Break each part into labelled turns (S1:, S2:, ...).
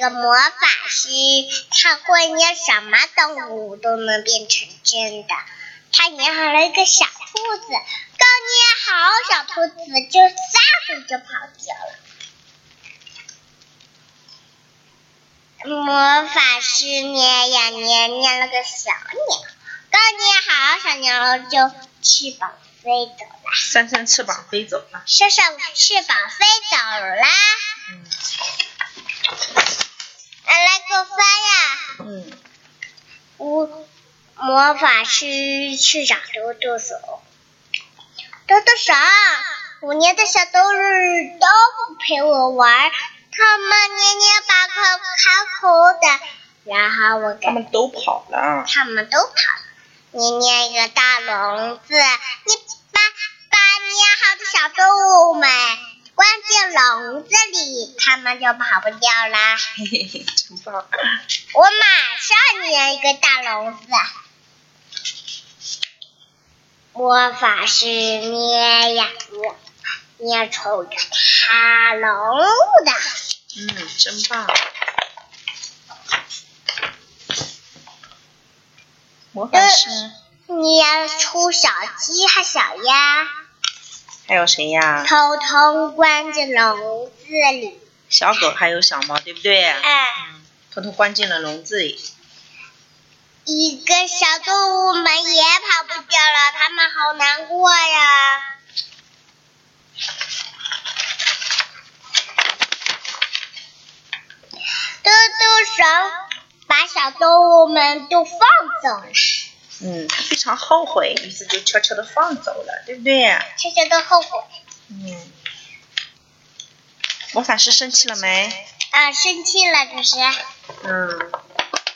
S1: 个魔法师，他会捏什么动物都能变成真的。他捏好了一个小兔子，刚捏好，小兔子就撒腿就跑掉了。魔法师捏呀捏，捏了个小鸟，刚捏好，小鸟就翅膀飞走了，
S2: 扇扇翅膀飞走了。
S1: 扇扇翅膀飞走了。
S2: 嗯
S1: 俺来个翻呀！
S2: 嗯，
S1: 我魔法师去找兜兜手，兜兜手，五年的小兜日都不陪我玩儿，他们捏捏巴巴卡口的，然后我给
S2: 他们都跑了。啊
S1: 他们都跑了。你捏一个大笼子，你把把捏好的小动物们关进笼子里，它们就跑不掉啦。
S2: 嘿嘿嘿，真棒！
S1: 我马上捏一个大笼子。魔法师捏呀捏，捏出一个大笼子。
S2: 嗯，真棒。魔法师，
S1: 捏出小鸡和小鸭，
S2: 还有谁呀？
S1: 通通关进笼子里。
S2: 小狗还有小猫，对不对？
S1: 哎，
S2: 嗯，偷偷关进了笼子里。
S1: 一个小动物们也跑不掉了，它们好难过呀。嘟嘟手把小动物们都放走了，
S2: 嗯，它非常后悔，于是就悄悄的放走了，对不对？
S1: 悄悄的后悔
S2: 嗯。魔法师生气了没？
S1: 啊，生气了，这是
S2: 嗯。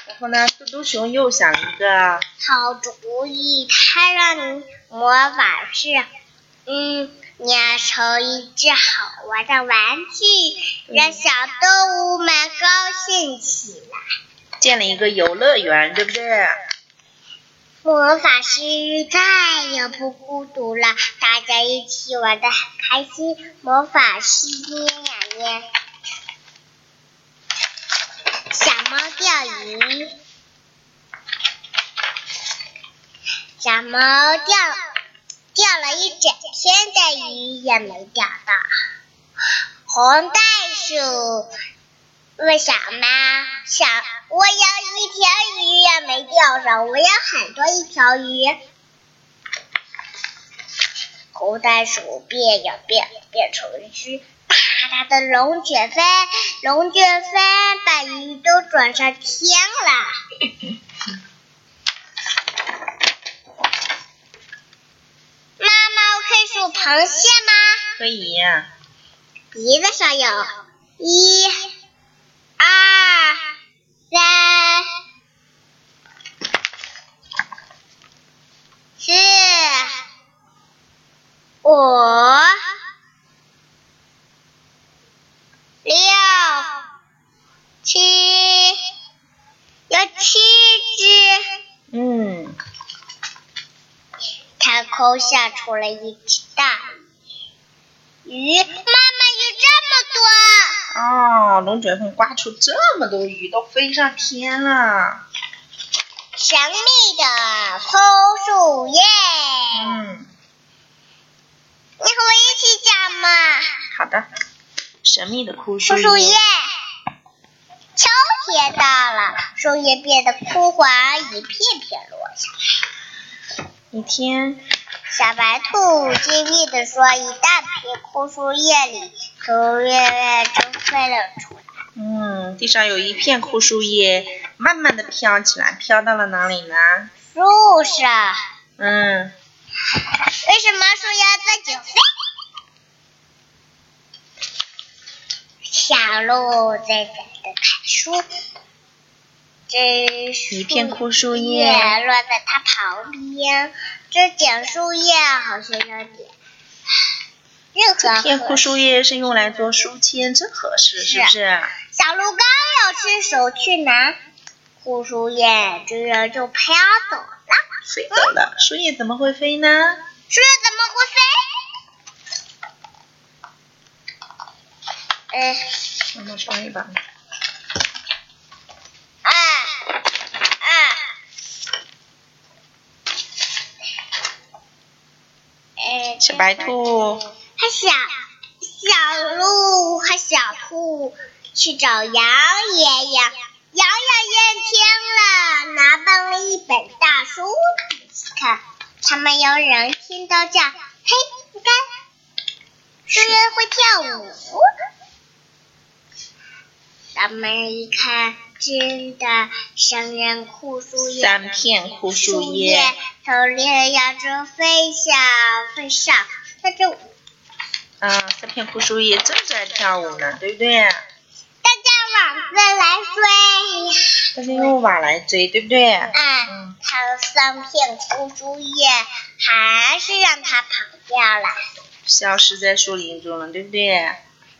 S2: 然后呢，嘟嘟熊又想了一个，
S1: 好主意，他让魔法师，嗯，捏成一只好玩的玩具，让小动物们高兴起来。
S2: 建了一个游乐园，对不对？
S1: 魔法师再也不孤独了，大家一起玩的很开心。魔法师捏呀捏，小猫钓鱼，小猫钓钓了一整天的鱼也没钓到。红袋鼠问小猫：“小，我有一条鱼也没钓上，我有很多一条鱼。”红袋鼠变呀变，变成一只大大的龙卷风，龙卷风把鱼都转上天了。
S2: 嗯
S1: 妈妈，我可以数螃蟹吗？
S2: 可以。
S1: 鼻子上有一、二、三、四、五、六、七，有七只。
S2: 嗯，
S1: 天空下出了一只大鱼，妈妈鱼这么多。
S2: 哦，龙卷风刮出这么多鱼，都飞上天了。
S1: 神秘的枫树叶，
S2: 嗯，
S1: 你和我一起讲嘛？
S2: 好的。神秘的枯树
S1: 枫树叶，秋天到了，树叶变得枯黄，一片片落下。
S2: 一天，
S1: 小白兔惊异地说：“一大片枯树叶里，从月亮中飞了出来。
S2: 嗯，地上有一片枯树叶，慢慢的飘起来，飘到了哪里呢？
S1: 树上，
S2: 嗯，
S1: 为什么树要自己飞？”小鹿在等着看书，这树
S2: 一片枯树
S1: 叶
S2: 叶，
S1: 落在它旁边，这讲树叶好像有点。任何
S2: 片
S1: 合
S2: 枯树叶是用来做书签，真合适，是不是？
S1: 小鹿刚要伸手去拿，枯树叶居然就飘走了。
S2: 飞走了，树叶怎么会飞呢？
S1: 树叶怎么会飞？嗯，
S2: 妈妈帮一把。小白兔
S1: 和小小鹿和小兔去找羊爷爷。羊爷爷听了，拿帮了一本大书仔细看。他们有人听到叫：“嘿，你看，这人会跳舞。”咱们一看，真的三片枯树叶，
S2: 三片枯树叶，
S1: 头猎鸭子飞下飞上，它这舞。
S2: 啊，三片枯树叶正在跳舞呢，对不对？
S1: 大家往这来追，
S2: 大家用网来追，对不对？
S1: 嗯，它三片枯树叶还是让它跑掉了。
S2: 消失在树林中了，对不对？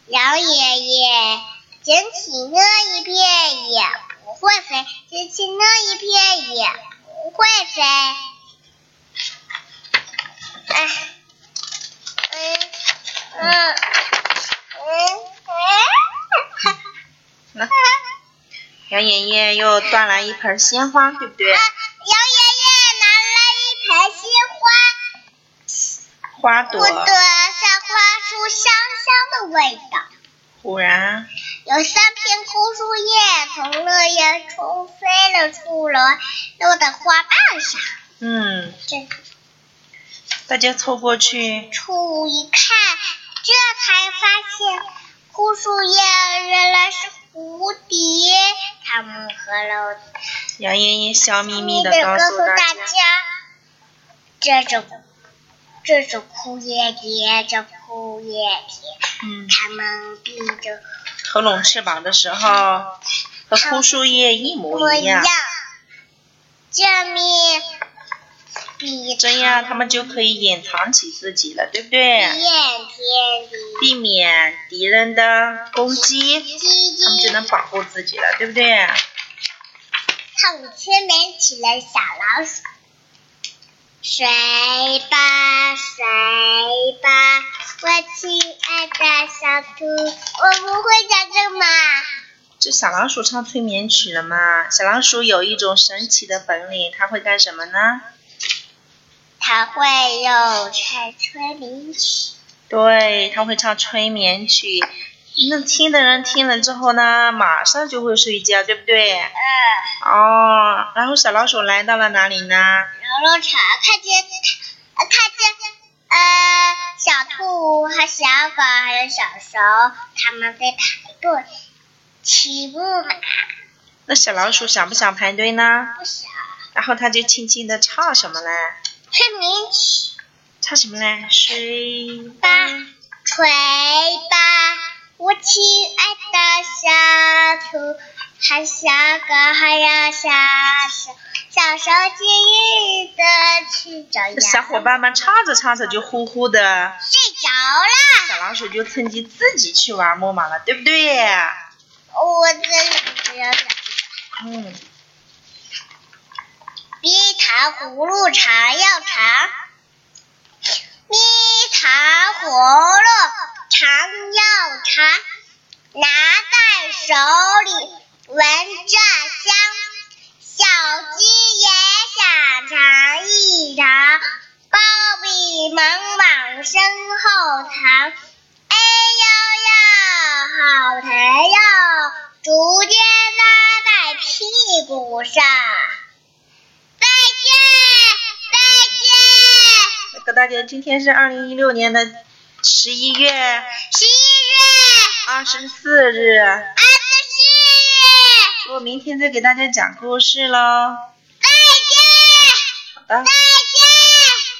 S1: 羊爷爷，捡起那一片也不会飞，捡起那一片也不会飞。哎，嗯嗯嗯嗯，
S2: 那杨爷爷又端来一盆鲜花，对不对
S1: 啊，？羊爷爷拿了一盆鲜花，
S2: 花
S1: 扑
S2: 朵
S1: 得像花树香香的味道。
S2: 忽然
S1: 有三片枯树叶从落叶中飞了出来，落到花瓣上。
S2: 嗯，
S1: 这
S2: 大家凑过去，
S1: 处一看，这才发现枯树叶原来是蝴蝶。他们和了
S2: 杨爷爷笑眯眯
S1: 的
S2: 的
S1: 告
S2: 告
S1: 诉
S2: 诉
S1: 大
S2: 大
S1: 家
S2: 家，，
S1: 这种这种枯叶蝶，这枯叶蝶，
S2: 嗯，
S1: 它们闭着
S2: 合拢翅膀的时候和枯树叶一模
S1: 模
S2: 一样，
S1: 这面比
S2: 这样它们就可以隐藏起自己了，对不对？
S1: 变天敌
S2: 避免敌人的攻击，
S1: 鸡
S2: 它们就能
S1: 鸡
S2: 保护自己了，对不对？
S1: 胖圈连起了小老鼠。谁吧，谁吧，我亲爱的小兔，我不会讲这么。
S2: 这小老鼠唱催眠曲了吗？小老鼠有一种神奇的本领，它会干什么呢？
S1: 它会有唱催眠曲，
S2: 对，它会唱催眠曲。那听的人听了之后呢，马上就会睡觉，对不对？
S1: 嗯，
S2: 哦，然后小老鼠来到了哪里呢？
S1: 游乐场看见，呃看见，呃，小兔和小狗还有小熊，他们在排队骑木马，
S2: 那小老鼠想不想排队呢？
S1: 不想
S2: 然后它就轻轻的唱什么嘞？
S1: 催眠曲。
S2: 唱什么嘞？睡
S1: 吧，吹吧，我亲爱的小兔，还小狗，还有小手，小手今日的去找羊。
S2: 这小伙伴们唱着唱着就呼呼的，
S1: 睡着了，
S2: 小老鼠就趁机自己去玩木马了，对不对？
S1: 我这里只有两
S2: 嗯，
S1: 蜜糖葫芦长又长，蜜糖葫芦长又长，拿在手里闻着香。小鸡也想尝一尝，苞米忙往身后藏。哎呦呦，好甜哟，竹节搭在屁股上。再见，
S2: 那个大家，今天是二零一六年的十一月
S1: 再见，十一日，
S2: 二十四日，
S1: 二十四日，
S2: 我明天再给大家讲故事喽。
S1: 再见，
S2: 好的
S1: 再见。